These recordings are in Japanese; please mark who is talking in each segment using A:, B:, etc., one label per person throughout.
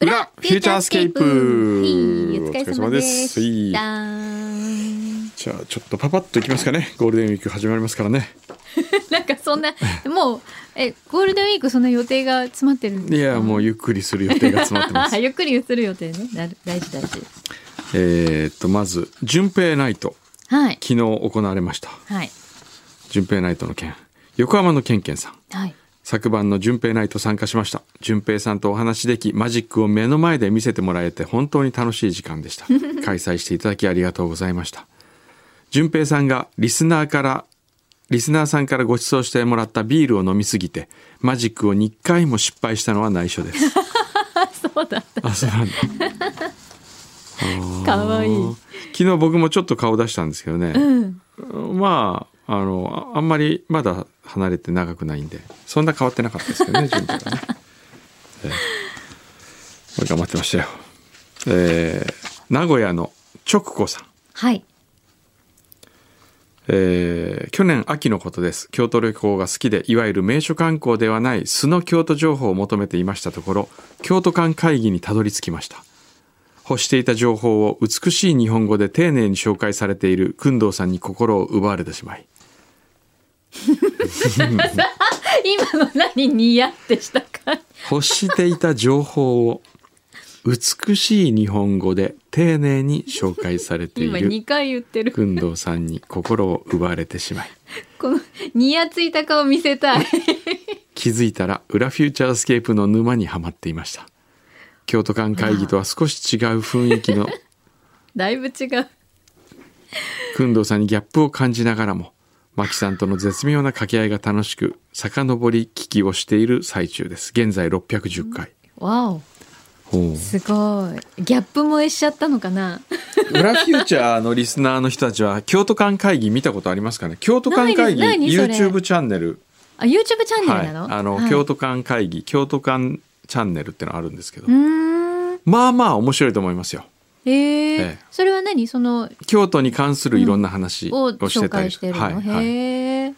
A: ューチャースケープ
B: はいお疲れ様で
A: お疲
B: し
A: れ様で
B: た。
A: じゃあちょっとパパッといきますかねゴールデンウィーク始まりますからね
B: なんかそんな、もう、え、ゴールデンウィークそんな予定が詰まってるん
A: い
B: ですか
A: やもうゆっくりする予定が詰まってます
B: ゆっくりする予定ね。なる大事大事。
A: えーっとまず「順平ナイト
B: はい」。
A: 昨日行われました
B: はい。
A: 「順平ナイト」の件横浜のケンケンさん
B: はい。
A: 昨晩の順平ナイト参加しました順平さんとお話しできマジックを目の前で見せてもらえて本当に楽しい時間 でした開催していただきありがとうございました順平さんがリスナーからリスナーさんからご馳走してもらったビールを飲みすぎてマジックを2回も失敗したのは内緒です
B: そうだった。
A: あそうなんだ
B: かわいい。
A: 昨日僕もちょっと顔出したんですけどね、
B: うん。
A: まああのああんまりまだ離れて長くないんでそんな変わってなかったですけ どね順平はね、ええまあ頑張ってましたよ、えー名古屋の直子さん、
B: はい。
A: えー去年秋のことです京都旅行が好きでいわゆる名所観光ではない素の京都情報を求めていましたところ京都間会議にたどり着きました欲していた情報を美しい日本語で丁寧に紹介されている工藤さんに心を奪われてしまい
B: 今の何にやってしたか。
A: 欲していた情報を美しい日本語で丁寧に紹介されてい
B: 今
A: る
B: 2回言ってる。
A: 工藤さんに心を奪われてしまい
B: この、ニヤついた顔見せ たい。
A: 気づいたら裏フューチャースケープの沼にはまっていました京都間会議とは少し違う雰囲 気の
B: だいぶ違う。
A: 工藤さんにギャップを感じながらも牧さんとの絶妙な掛け合いが楽しく遡り聞きをしている最中です現在610回、
B: わお。
A: ほう
B: すごい。ギャップ萌えしちゃったのかな。
A: 裏フューチャーのリスナーの人たちは京都間会議見たことありますかね京都間会議
B: ないです何それ
A: YouTube チャンネル、
B: あ、YouTube チャンネルなの、
A: あの、
B: はい
A: 京都間会議京都間チャンネルってのあるんですけど、
B: うーん。
A: まあまあ面白いと思いますよ
B: えー
A: ええ
B: それは何その、
A: 京都に関するいろんな話
B: を
A: をして
B: 紹
A: たり
B: 介し
A: と
B: てる
A: か
B: の。
A: はいはい、
B: へえ。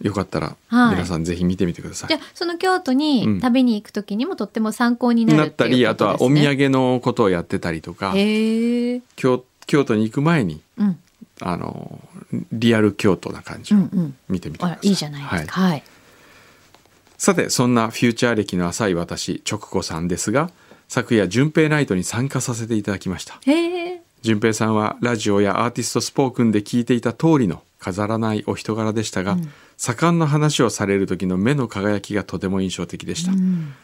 A: よかったら
B: はい
A: 皆さんぜひ見てみてください、
B: じゃあ、その京都
A: うん
B: に旅に行くときにもとっても参考になる
A: な
B: っ
A: ってた
B: い
A: り
B: う
A: あ
B: ことと
A: は
B: です、ね。
A: お土産のことをやってたりとか
B: へえ。
A: 京京都に行く前に
B: うん。
A: あのリアル京都な感じ
B: う
A: を
B: んうん。
A: 見てみてく
B: あ
A: ださ
B: ら
A: い、、
B: いいじゃないです
A: は
B: か。はい。
A: さてそんなフューチャー歴の浅い私直子さんですが昨夜順平ナイトに参加させていただきました
B: へえ。
A: 順平さんはラジオやアーティストスポークンで聞いていた通りの飾らないお人柄でしたが、盛んな話をされる時の目の輝きがとても印象的でした、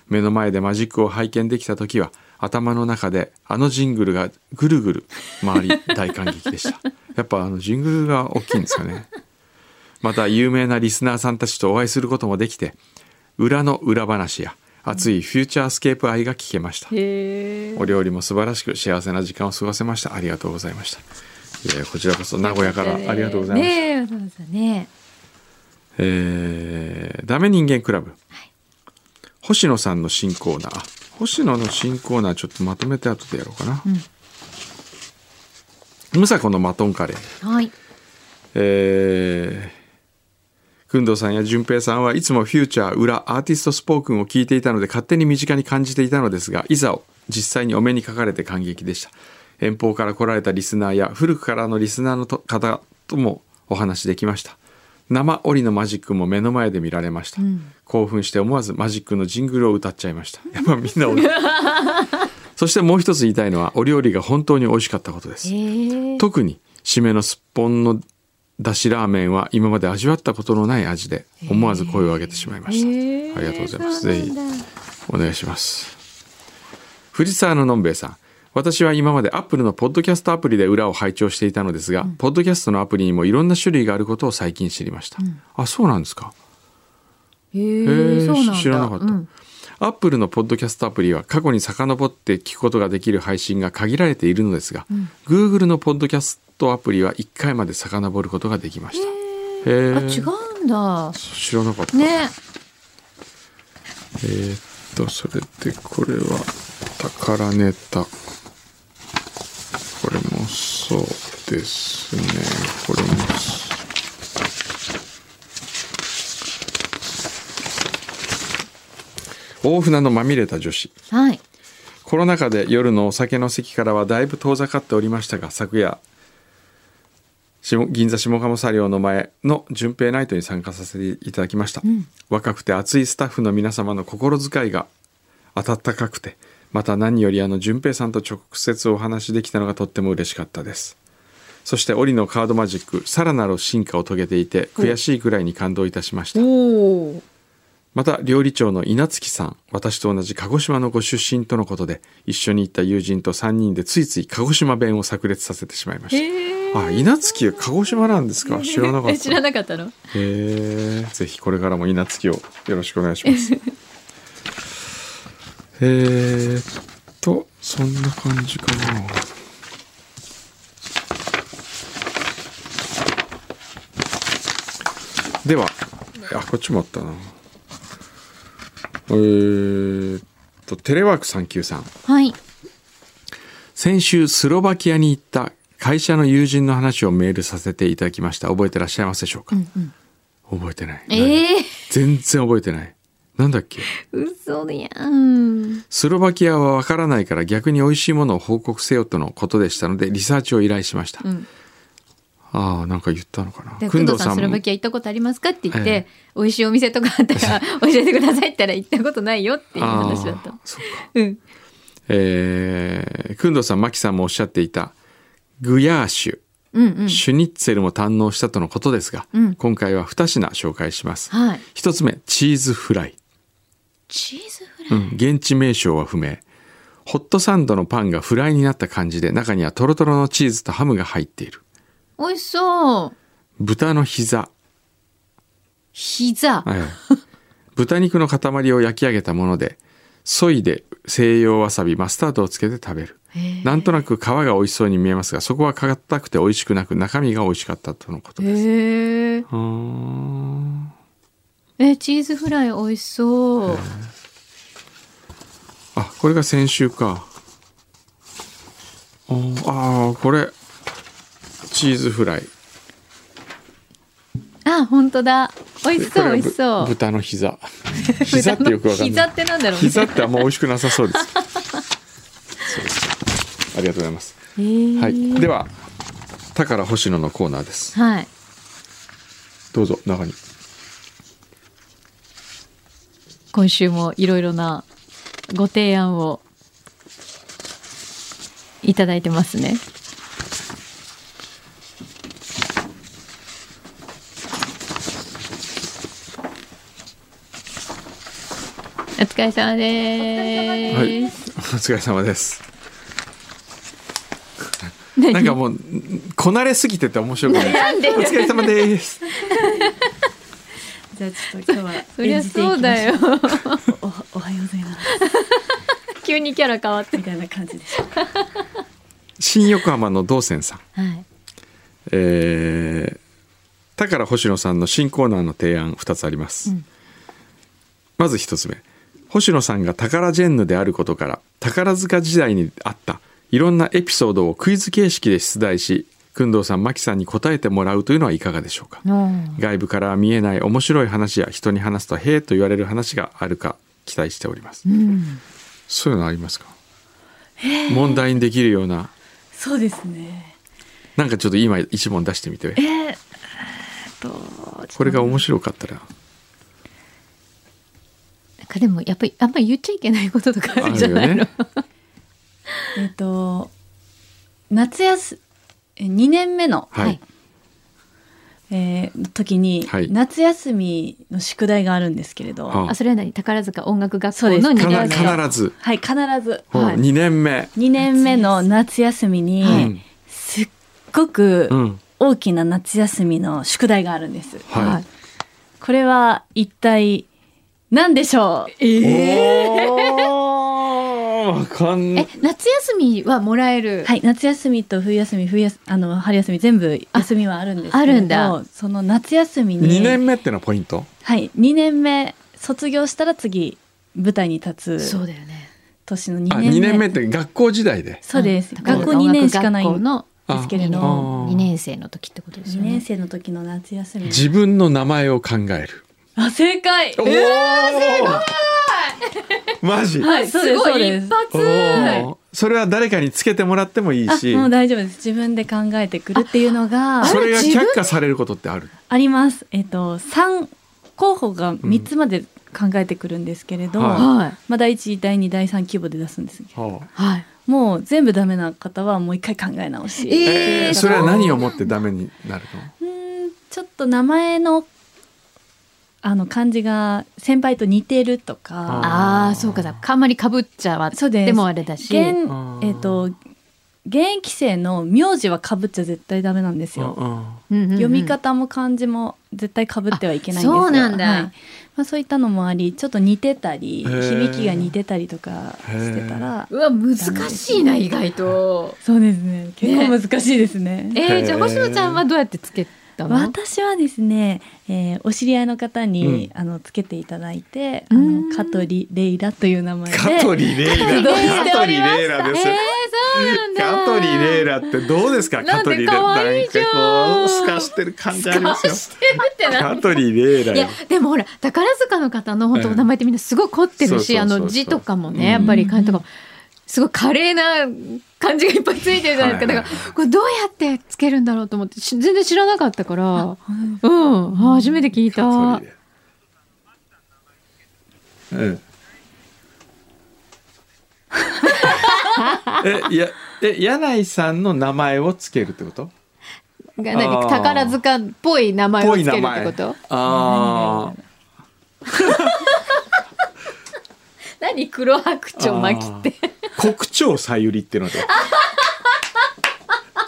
A: 目の前でマジックを拝見できた時は頭の中であのジングルがぐるぐる回り大感激でしたやっぱあのジングルが大きいんですよねまた有名なリスナーさんたちとお会いすることもできて裏の裏話や熱いフューチャースケープ愛が聞けました
B: へえ。
A: お料理も素晴らしく幸せな時間を過ごせました。ありがとうございました。えーこちらこそ名古屋からありがとうございます。
B: ねえ、わざわざね。
A: えーダメ人間クラブ。星野さんの新コーナー。あ星野の新コーナーちょっとまとめて後でやろうかな。ムサコのマトンカレー。
B: はい。
A: えー、くんさんや淳平さんはいつもフューチャー裏アーティストスポークンを聞いていたので勝手に身近に感じていたのですがいざを実際にお目にかかれて感激でした遠方から来られたリスナーや古くからのリスナーのと方ともお話できました生折のマジックも目の前で見られました、興奮して思わずマジックのジングルを歌っちゃいましたやっぱみんなお そしてもう一つ言いたいのはお料理が本当に美味しかったことです
B: へえ。
A: 特に締めのすっぽんのだしラーメンは今まで味わったことのない味で思わず声を上げてしまいました、
B: へー
A: ありがとうございます
B: そう
A: ぜ
B: なん
A: ひ
B: だ
A: お願いします藤沢ののんべえさん私は今までアップルのポッドキャストアプリで裏を拝聴していたのですが、ポッドキャストのアプリにもいろんな種類があることを最近知りました、あそうなんですか
B: へ
A: へ
B: え、
A: え
B: そうなんだ。
A: 知らなかった、
B: うん
A: アップルのポッドキャストアプリは過去に遡って聞くことができる配信が限られているのですが、Google のポッドキャストアプリは1回まで遡ることができましたへえ
B: あ、違うんだ。
A: 知らなかった、
B: ね。
A: えーっとそれでこれは宝ネタこれもそうですねこれもそう大船のまみれた女子
B: はい。
A: こコロナ禍で夜のお酒の席からはだいぶ遠ざかっておりましたが昨夜下銀座下鴨車両の前の順平ナイトに参加させていただきました、若くて熱いスタッフの皆様の心遣いが温かくてまた何よりあの順平さんと直接お話しできたのがとっても嬉しかったですそして折のカードマジックさらなる進化を遂げていて悔しいくらいに感動いたしました
B: おお。
A: また料理長の稲月さん私と同じ鹿児島のご出身とのことで一緒に行った友人と3人でついつい鹿児島弁を炸裂させてしまいました、
B: へえ。
A: あ稲月は鹿児島なんですか知らなかっ
B: え知ら
A: たへ
B: なかったの。
A: えぜひこれからも稲月をよろしくお願いします えーっとそんな感じかなではあこっちもあったなえーっとテレワーク3 9さん
B: はい。
A: 先週スロバキアに行った会社の友人の話をメールさせていただきました覚えてらっしゃいますでしょうか、覚えてない、
B: ええ
A: 全然覚えてないなんだっけ
B: 嘘やん。
A: スロバキアはわからないから逆に美味しいものを報告せよとのことでしたのでリサーチを依頼しました、
B: うん。
A: ああなんか言ったのかな
B: で、く
A: 工
B: んど
A: 藤
B: うさん、スロ
A: も
B: バキア行ったことありますかって言っ
A: ええ
B: て、美味しいお店とかあった ら教えてくださいって言ったら行ったことないよっていう話だっ
A: あ
B: た
A: あ。そうか
B: うん。
A: えー、くんどうさんマキさんもおっしゃっていたグヤーシュ
B: うんうん。
A: シュニッツェルも堪能したとのことですが、
B: うん
A: 今回は2品紹介します
B: はい。
A: 1つ目チーズフライ
B: チーズフライ。
A: うん、現地名称は不明ホットサンドのパンがフライになった感じで中にはトロトロのチーズとハムが入っている
B: 美味しそう。
A: 豚の膝、
B: 膝。
A: はい 豚肉の塊を焼き上げたものでソイで西洋わさびマスタードをつけて食べる
B: へえ
A: なんとなく皮が美味しそうに見えますがそこは硬くて美味しくなく中身が美味しかったとのことです
B: へえ。
A: うーん
B: え、チーズフライ美味しそう。
A: あこれが先週かあーあーこれチーズフライ
B: あ、本当だ。美味し
A: こ
B: そう、美
A: れがぶ
B: 味しそう。
A: 豚 の膝膝ってよくわかん
B: 膝
A: ない
B: ってなんだろうね。
A: 膝ってあんま美味しくなさそう ですそうですありがとうございます、
B: へー
A: はい、では宝星野のコーナーです
B: はい。
A: どうぞ中に
B: 今週もいろいろなご提案をいただいてますね。お疲れ様で
A: はいお
B: す。
A: 疲れ 様ですなんかもうこなれすぎてて面白くない
B: なんで
A: お疲れ様です
C: じゃあちょっと今日は
B: そりゃ
C: 演じていき
B: そ
C: ま
B: うだ
C: しょ
B: よ
C: う。。おおはようございます
B: 急にキャラ変わって。
C: みたいな感じでしょう。
A: 新横浜の道仙さん
B: はい。
A: えー、宝星野さんの新コーナーの提案2つあります、まず1つ目星野さんが宝ジェンヌであることから宝塚時代にあったいろんなエピソードをクイズ形式で出題し工藤さん真木さんに答えてもらうというのはいかがでしょうか、外部からは見えない面白い話や人に話すと「へえ」と言われる話があるか期待しております、そういうのありますか問題にできるような
C: そうですね。
A: なんかちょっと今一問出してみて
C: えーえーっと
A: これが
C: ちょっ
A: 面白かったら
B: なんかでもやっぱりあんまり言っちゃいけないこととかあるんじゃないの、
A: あるよね
C: と えーっと夏休え二年目の、
A: はい、
C: えー時に、
A: はい
C: 夏休みの宿題があるんですけれど、
A: は
B: あそれは何宝塚音楽学校
C: そうで
B: の
C: す
B: 二
A: かな
B: 年
C: 宝塚
B: 生
A: 必ず、
C: はい必ず、
A: ほう
C: はい、
A: 2年目
C: 二年目の夏休みに、
A: はい
C: すっごく
A: うん
C: 大きな夏休みの宿題があるんです。
A: はい、
B: はい
C: これは一体何でしょう
A: おーわかん
B: え夏休みはもらえる、
C: はい、夏休みと冬休み、冬休あの春休み全部休みはあるんですけ
B: あ
C: れど、
B: るんだ。
C: その夏休みに
A: 2年目ってのはポイント
C: はい、2年目卒業したら次舞台に立
B: そ
C: つ
B: うだよね
C: 年の
A: あ
C: 2年目。
A: 2年目って学校時代で
C: そうです。
B: ん
C: 学校2年しかない
B: 音楽学校
C: んで
B: の
A: あ
C: すけれ
A: あ
C: ど、
A: ー
B: 2年生の時ってことです
C: 2
B: よね
C: 年生の時の夏休み。
A: 自分の名前を考える
C: あ正解
A: おお、マジ、
C: はいそうで
B: す
C: すそう
B: ごい
C: で
B: 一
C: す
A: お
B: 発
A: おそれは誰かにつけてもらってもいいし
C: あもう大丈夫です自分で考えてくるっていうのが
A: それが
B: あれ自分
A: 却下されることってある
C: ありますえっ、と三候補が三つまで考えてくるんですけれど、
A: うんはい
B: はい
C: まあ第一第二第三規模で出すんですけど
A: はあ
B: はい
C: もう全部ダメな方はもう一回考え直し、
B: え
A: えー、それは何をもってダメになる
C: うーんちょっと名前のあの漢字が先輩と似てるとか
B: ああそうかだあんまりかぶっちゃは
C: そうです
B: もあれだし
C: 現,、え
A: あー
C: ー、と現役生の名字はかぶっちゃ絶対ダメなんです
A: のう
C: よ。
A: んうん
B: 読
C: 読み方も漢字も絶対かぶってはいけないんです
B: あ
C: よ
B: そうなんだ
C: はいまあ、そういったのもありちょっと似てたり
A: へー
C: 響きが似てたりとかしてたら
B: うわ難しいな意外と
C: そうですね結構難しいですね
B: えー、じゃあ
A: へー
B: 星野ちゃんはどうやってつけたの
C: 私はですね、えーお知り合いの方に、あのつけていただいて、あ
B: うん
C: のカトリレイラという名前で、
A: カトリレイラ
C: 活動して
A: カ
C: お
A: ト
C: り
A: リ
C: ました
A: レイラです、
B: えー、そうなんだ
A: カトリレイラってどうですか
B: な
A: カ
B: ん
A: トリレ
B: て
A: イラ
B: 可愛いじゃん
A: なんかこう透かしてる感じありますよ
B: してるってな
A: カトリレイラ
B: いや
A: よ
B: でもほら宝塚の方の本当お名前ってみんなすごい凝ってるし、
A: うん
B: あ
A: そうそうそうそう
B: の字とかもね、
A: うん
B: やっぱり漢字とかもすごい華麗な漢字がいっぱいついてるじゃないですか、
A: はいは
B: だ
A: い
B: からこれどうやってつけるんだろうと思ってし全然知らなかったから
C: 本
B: うんあ初めて聞い
A: カ
B: た
A: トリレ イうんえいやえ柳井さんの名前をつけるってこと
B: が何
A: あー
B: 宝塚っぽい名前を
A: ぽ
B: つ
A: い
B: ける
A: 名
B: って
A: 前
B: こと
A: あー
B: 何黒白鳥巻きって
A: あー 国鳥さゆりってので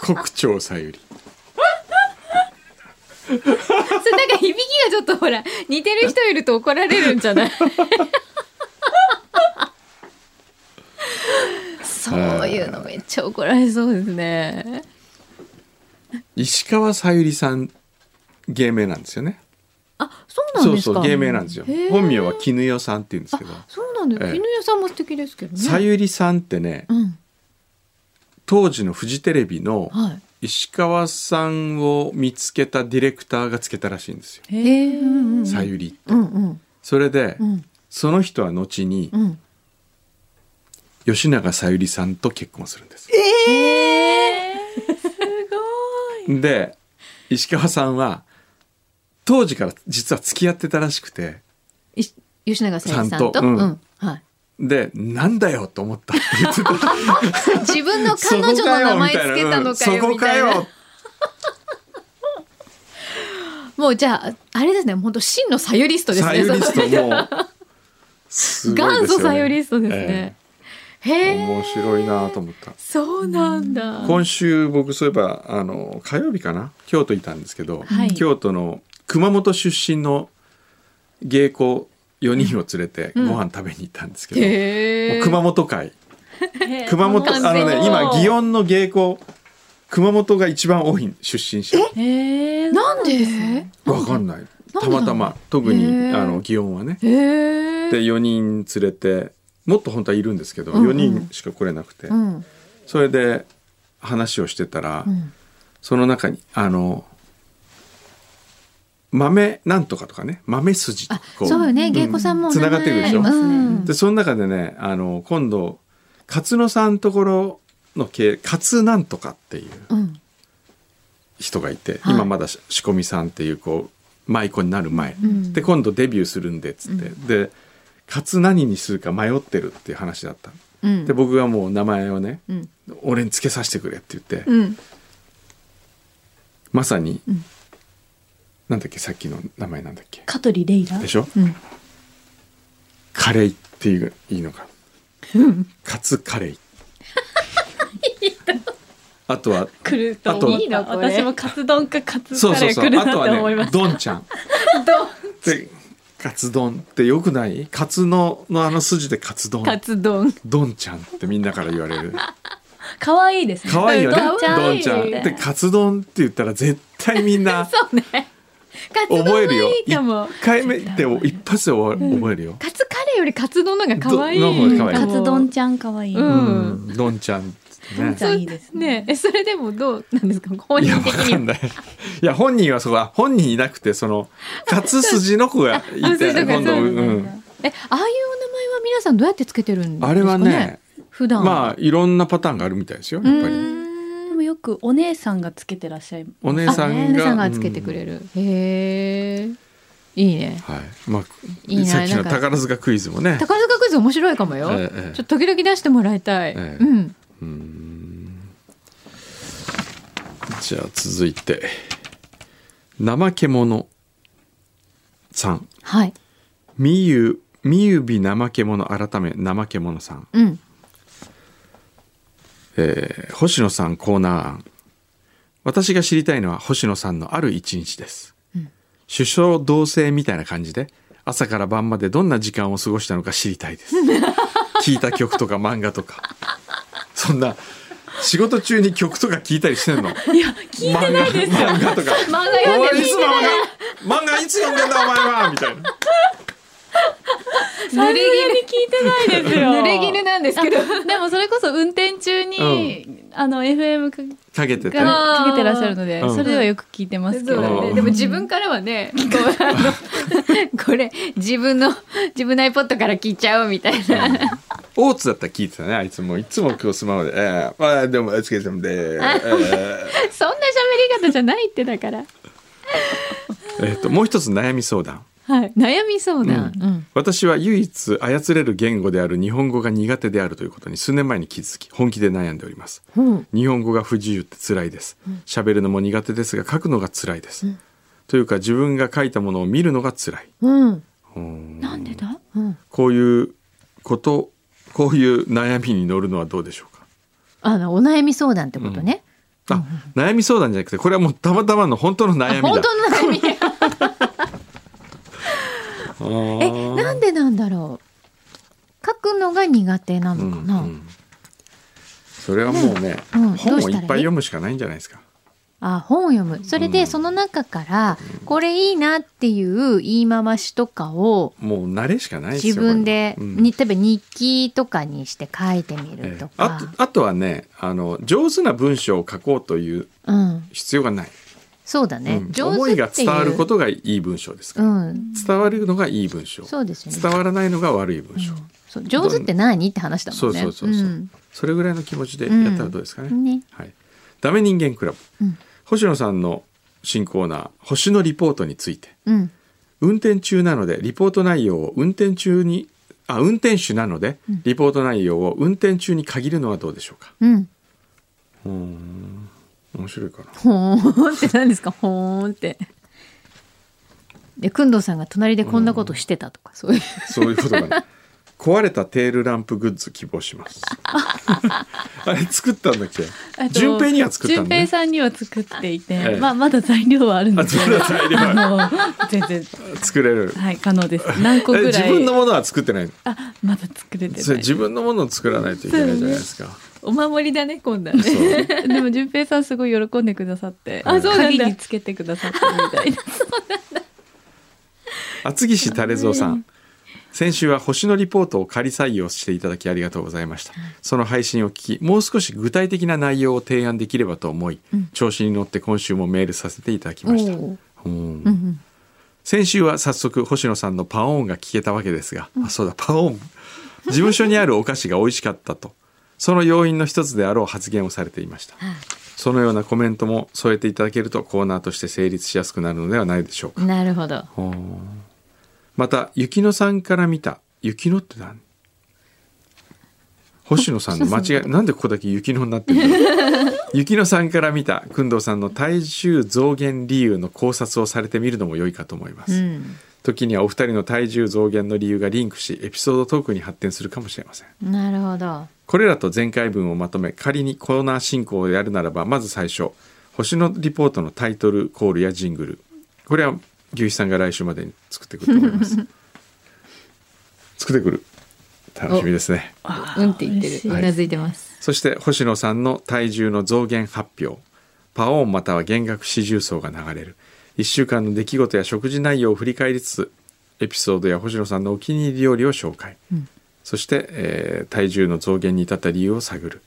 A: 国鳥さゆり
B: それなんか響きがちょっとほら似てる人いると怒られるんじゃないそういうのめっちゃ怒られそうですね
A: 石川さゆりさん芸名なんですよね
B: あそうなんですか
A: そうそう芸名なんですよ
B: へー
A: 本名は絹代さんって言うんですけど
B: そうなんです
A: ええ
B: 絹代さんも素敵ですけどね
A: さゆりさんってね
B: うん
A: 当時のフジテレビの
B: は
A: 石川さんを見つけたディレクターがつけたらしいんですよ
B: いへえうん
A: さゆりって
B: うんうん
A: それで
B: うん
A: その人は後に
B: うん
A: 吉永さゆりさんと結婚するんです
C: すごい
A: で石川さんは当時から実は付き合ってたらしくて
B: いし吉永小百合さんと
A: さんとうん
B: はい、
A: でなんだよと思ったって言ってた
B: 自分の 彼女の名前つけたのか
A: そ
B: よ
A: こ
B: みた
A: か
B: いな
A: よ
B: もうじゃああれですね本当真のさゆリストですね
A: さゆりストもうすご
B: 元
A: いですよ
B: 祖
A: ね
B: サユリストです
A: え
B: ね。
A: え
B: へえ。
A: 面白いなと思った
B: そうなんだ。
A: 今週僕そういえばあの火曜日かな京都いたんですけど、
C: はい
A: 京都の熊本出身の芸妓4人を連れて
B: うん
A: ご飯食べに行ったんですけど、
B: へ
A: も
B: え。
A: う熊本会熊
B: 楽しそ
A: 本
B: う
A: あのね今祇園の芸妓熊本が一番多い出身者
C: へー
B: なんで？
A: わかんない
B: だ
A: たまたま特に
B: へー
A: あの祇園はね
B: へえ。
A: で4人連れてもっと本当はいるんですけど、
B: うんうん
A: 4人しか来れなくて、
B: うん
A: それで話をしてたら、
B: うん。
A: その中にあの豆なんとかとかね豆筋
B: あ、
A: こう
B: そうよね。芸妓さんもお名前
A: つながってるでしょ
B: うん
A: でその中でねあの今度勝野さんところの系勝なんとかっていう
B: うん
A: 人がいて、
B: はい
A: 今まだし仕込みさんっていうこう舞妓になる前、
B: うん
A: で今度デビューするんでっつって、で勝何にするか迷ってるっていう話だったの
B: うん。
A: で僕がもう名前をね、
B: うん
A: 俺につけさせてくれって言って、
B: うん。
A: まさに、
B: うん
A: なんだっけさっきの名前なんだっけ
C: 香取レイラ
A: でしょ
B: うん。
A: カレイっていういいのか
B: うん。
A: カツカレイあとは
C: 来ると思っ
A: あ
C: た
A: といい
B: のこれ
C: 私もカツ丼かカツ
A: そう
C: カ
A: そう
C: レー
A: そう
C: 来る
A: あ
C: な
A: と
C: と思
A: はい
C: ま
A: ね
C: した
A: ドンちゃんでカツ丼ってよくないカツののあの筋でカツ丼
B: カツ丼。
A: ドンちゃんってみんなから言われる
C: 可愛いですね
A: 可愛いよね
C: ドンちゃん
A: ドンちゃんでカツ丼って言ったら絶対み んな
B: そうね。カツ丼
A: 覚え
B: が
A: るよ
B: いいかも。
A: 1回目って一発で覚え覚えるよ、
B: カツカレーよりカツ丼の方が可愛い。
A: どの方が可愛い
C: カツ丼ちゃん可愛い
B: うん
A: うん、ドンちゃん
C: とも
A: ね
C: ちゃんいいですね。
B: ねえ、それでもどうなんですか本
A: いや
B: 人
A: わ
B: 的
A: かん
B: に
A: ないいや本人はそこは本人いなくてその勝筋の子
B: あ
A: がい
B: そう
A: て
B: そう
A: 今度
B: そうう
C: なんんだ
B: えああいうお名前は皆さんどうやってつけてるんですかね
A: あれはね
B: 普段
A: まあいろんなパターンがあるみたいですよ
B: う
A: やっぱり
B: ー
C: で
B: ん
C: もよくお姉さんがつけてらっしゃいます
A: お姉
B: あ
A: さんが
B: お姉さんがつけてくれる、へえいい ね
A: はいまあ
B: いいな
A: さっき
B: な
A: の
B: んか
A: 宝塚クイズもね
B: 宝塚クイズ面白いかもよ、
A: ええええ
B: ちょっと時々出してもらいたい、
A: ええ
B: うん
A: うーんじゃあ続いて怠け者さん
B: はい
A: みゆみゆび怠け者改め怠け者さん
B: うん
A: えー星野さんコーナー案私が知りたいのは星野さんのある一日で
B: う
A: す、
B: ん
A: 首相同棲みたいな感じで朝から晩までどんな時間を過ごしたのか知りた いです聞いた曲とか漫画とかそんな仕事中に曲とか聞いたりしてんの
C: いや聞いてないですよ。
A: 漫画漫画とか
B: 漫画
A: 「お
B: 読ん
A: 前
B: で
A: いつ漫画漫画いつ読んでんだお前は」みたいな
B: 濡れ
C: 聞いてないです
B: 衣
C: よ。
B: 濡れ衣なんですけど
C: あでもそれこそ運転中に、あの FM か
A: かけてて
B: あ
C: かけてらっしゃるので、
A: うん
C: それではよく聞いてますけ
B: そうだ
A: う
C: ど、
B: ね、
A: ん
B: でも自分からはねこうあ のこれ自分の自分の iPod から聞いちゃうみ たいな
A: 大津だったら聞いてたねあいつもいつもこうスマホで「えーまあでもお疲れ様で」
B: そん
A: えー
B: な喋り方じゃないってだから
A: えっともう一つ悩み相談
B: はい悩み相談
A: う
B: うん
A: 私は唯一操れる言語である日本語が苦手であるということに数年前に気づき本気で悩んでおります
B: うん
A: 日本語が不自由って辛いです喋るのも苦手ですが書くのが辛いです、というか自分が書いたものを見るのが辛い
B: うん
A: うん
C: なんでだ？
B: うん
A: こういうことこういう悩みに乗るのはどうでしょうか
B: あのお悩み相談ってことね、
A: あ、悩み相談じゃなくてこれはもうたまたまの本当の悩みだ
B: 本当の悩みえ
A: え
B: なんでなんだろう書くのが苦手なのかな、
A: それはもうね、
B: うんうん
A: 本
B: どう
A: を
B: した
A: い
B: らいい
A: っぱい読むしかないんじゃないですか
B: あ本を読むそれ
A: う
B: で
A: ん
B: その中からこれいいなっていう言い回しとかを
A: もう慣れしかないですよ
B: 自分で、
A: これうん
B: に例えば日記とかにして書いてみ
A: え
B: る
A: え
B: と
A: あ
B: か、
A: とあとはねあの上手な文章を書こうという
B: うん、
A: 必要がない、
B: そうだね、
A: うん
B: 上
A: 思
B: 手っていう
A: いが伝わることがいい文章ですか
B: う
A: ら、
B: ん、
A: 伝わるのがいい文章
B: そうですよね
A: 伝わらないのが悪い文章、
B: そう上手って何って話だ
A: そ
B: もん
A: う
B: ね
A: そうそうそう、
B: ん
A: それぐらいの気持ちでやったらどうですかね、
B: ね
A: はい、ダメ人間クラブ、
B: うん
A: 星野さんの新コーナー「星のリポート」について
B: うん
A: 運転中なのでリポート内容を運転中にあ運転手なのでリポート内容を運転中に限るのはどうでしょうか
B: うん
A: うーん面白いかな
B: ほーんって何ですかほーんってで工藤さんが隣でこんなことしてたとか、そういう
A: そういうことか な壊れたテールランプグッズ希望しますあれ作ったんだっけ
C: あと
A: 順平には作ったん
C: 順
A: だ、
C: 平
A: ね、
C: さんには作っていて、
A: ええ
C: まあまだ材料はあるん
A: あ
C: です
A: そ
C: け
A: れ
C: ど
A: は、材料は
C: あの 全然
A: 作れ る
C: はい可能です。何個
A: え
C: ぐ
A: 自
C: らい？
A: 分のものは作ってないの
C: あまだ作れて
A: それ
C: ない。
A: 自分のものを作らないといけないじゃないですか
B: お守りだね今度はね
A: そう
C: でも順平さんすごい喜んでくださって、
A: あそう
B: なんだ
C: 鍵につけてくださってみたい な。
A: 厚岸垂れ蔵さん先週は星のリポートを仮採用していただきありがとうございましたその配信を聞きもう少し具体的な内容を提案できればと思い、調子に乗って今週もメールさせていただきました
B: おー
A: うん
B: うんうん
A: 先週は早速星野さんのパオーンが聞けたわけですが、あそうだパオーン事務所にあるお菓子が美味しかったとその要因の一つであろう発言をされていましたそのようなコメントも添えていただけるとコーナーとして成立しやすくなるのではないでしょうか
B: なるほど
A: ほうまた雪乃さんから見た雪乃って何星野さんの間違いなんでここだけ雪乃になってるんだろ う雪乃さんから見た工藤さんの体重増減理由の考察をされてみるのも良いかと思います、
B: うん
A: 時にはお二人の体重増減の理由がリンクしエピソードトークに発展するかもしれません
B: なるほど
A: これらと前回文をまとめ仮にコーナー進行をやるならばまず最初星のリポートのタイトルコールやジングルこれは牛肥さんが来週までに作ってくると思います作ってくる楽しみですね
B: うんって言ってる
C: 嬉しいう
B: なずいてます
A: そして星野さんの体重の増減発表パオーンまたは減額四重奏が流れる1週間の出来事や食事内容を振り返りつつエピソードや星野さんのお気に入り料理を紹介、そして、えー体重の増減に至った理由を探る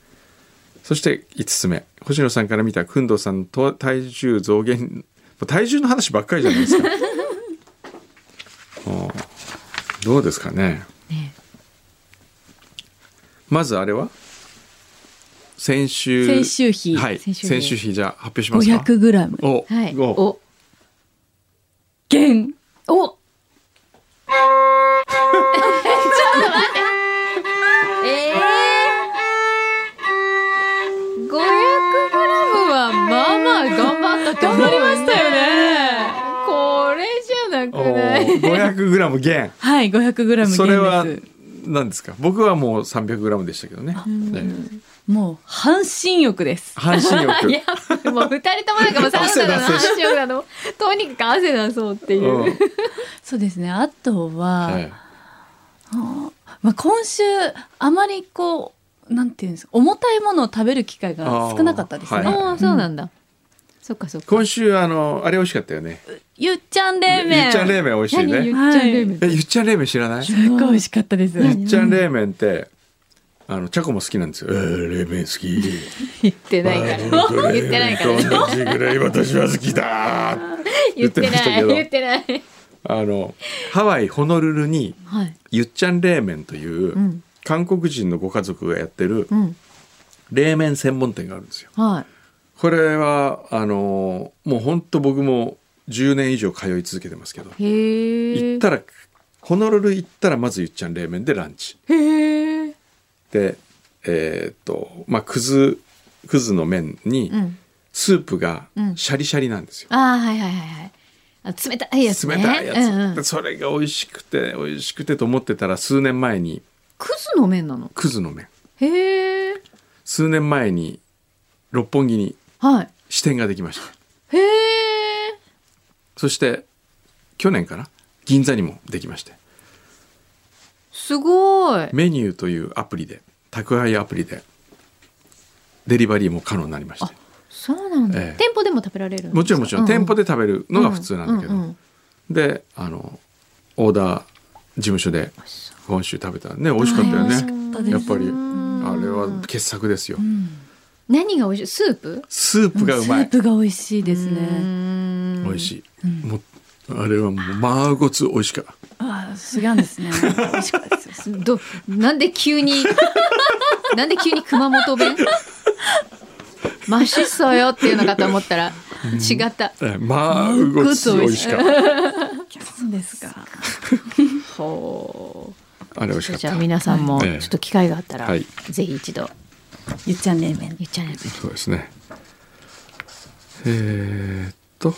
A: そして5つ目星野さんから見た工藤さんのと体重増減もう体重の話ばっかりじゃない ですかあーどうですかね
B: ね
A: まずあれは先週
C: 先週比
A: はい
B: 先
A: 先
B: 週
A: 週
B: 比
A: 比じゃあ発表しますか
C: 500g
A: お、
B: はい。
A: お
B: お、
C: 減
B: お。ちょっと待って。ええー。500グラムはまあまあ頑張った頑張りましたよね。これじゃなくない。
A: 500グラム減
C: はい 500g 減です
A: それは何ですか僕はもう300グラムでしたけどねね
C: もう半身浴です
A: 半身
B: い
A: 浴
B: やもう二人ともなんかもうサウナだの
A: 汗出
B: 話をだのとにかく汗出そうっていう、
A: うん
C: そうですねあとは、
A: はい
C: まあ、今週あまりこうなんていうんですか重たいものを食べる機会が少なかったですね、
A: あーはい
B: ああそうなんだ、そっかそっか
A: 今週あのあれ美味しかったよね
C: ゆっちゃん冷麺
A: ゆっちゃん冷麺美味しい
B: 何ゆっち
A: ね
B: ゃん冷麺、
A: えゆっちゃん冷麺知らない
C: すごい美味しかったです
A: ゆっちゃん冷麺ってあのチャコも好きなんですよ。えー、冷麺好き。
B: 言ってないから 言ってないからね
A: 同じぐらい私は好きだ。
B: 言って
A: 言ってました
B: な
A: け
B: い
A: ど
B: 言ってない
A: あのハワイホノルルに
B: はい
A: ゆっちゃん冷麺という、
B: うん
A: 韓国人のご家族がやってる
B: うん
A: 冷麺専門店があるんですよ。
B: はい
A: これはあのもう本当僕も10年以上通い続けてますけど、
B: へえ
A: 行ったらホノルル行ったらまずゆっちゃん冷麺でランチ。
B: へえ
A: でえーっとまあくずくずの麺に、
B: うん
A: スープが
B: うん
A: シャリシャリなんですよ、
B: ああはいはいはいはいあ冷たいやつね
A: 冷たいやつ、
B: うんうん
A: でそれが美味しくて美味しくてと思ってたら数年前に
B: クズの麺なの
A: くずの麺
B: へえ
A: 数年前に六本木に
B: はい
A: 支店ができました
B: へえ
A: そして去年から銀座にもできまして
B: すごい
A: メニューというアプリで宅配アプリでデリバリーも可能になりまして
B: そうなんだ、
A: ええ
B: 店舗でも食べられる
A: もちろんもちろん、店舗で食べるのが普通なんだけど、
B: ううう
A: であのオーダー事務所で今週食べたね美味しかったよ
C: あ美味し
A: ね
C: かったです
A: やっぱり
B: うん
A: あれは傑作ですよ、
B: 何が美味しいスープ
A: スープがうま
C: スー
A: い、
C: プが美味しいです
B: う
C: ね
B: ん
A: 美味しい、もうあれはもうマーゴツ美味しかった
C: ああ違うんです ね美味しかったです
B: どなんで急に なんで急に熊本弁マシソよっていうのかと思ったら違った、
A: えマーゴツ美味しかった
C: そうですか
B: ほ
A: あれ美味し
B: う
A: かっ
B: じゃ
A: た
B: あ皆さんもちょ
A: ええ
B: っと機会があったら、
A: はい
B: ぜひ一度
C: ゆっちゃん冷麺
B: ゆっちゃんのやつ
A: そうですねえーっと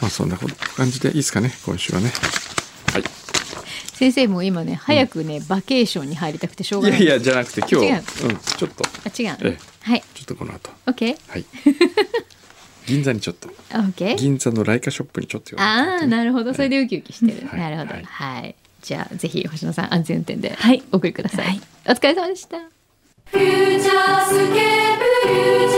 A: まあそんなこと感じでいいですかね今週はねはい
B: 先生も今ね早くね、バケーションに入りたくてしょうが
A: いや
B: ない
A: いやじゃなくて今日
B: 違う
A: うんちょっと
B: あ違う、
A: ええ
B: はい
A: ちょっとこの後
B: OK?
A: はい 銀座にちょっと
B: OK?
A: 銀座のライカショップにちょっと寄らない
B: ああなるほどそれでウキウキしてる、
A: はい
B: なるほどは、
A: はいい
B: じゃあぜひ星野さん安全運転で
C: はい
B: お送りください、
C: はい
B: お疲れ様でした
D: 「フューチャースケープフューチャー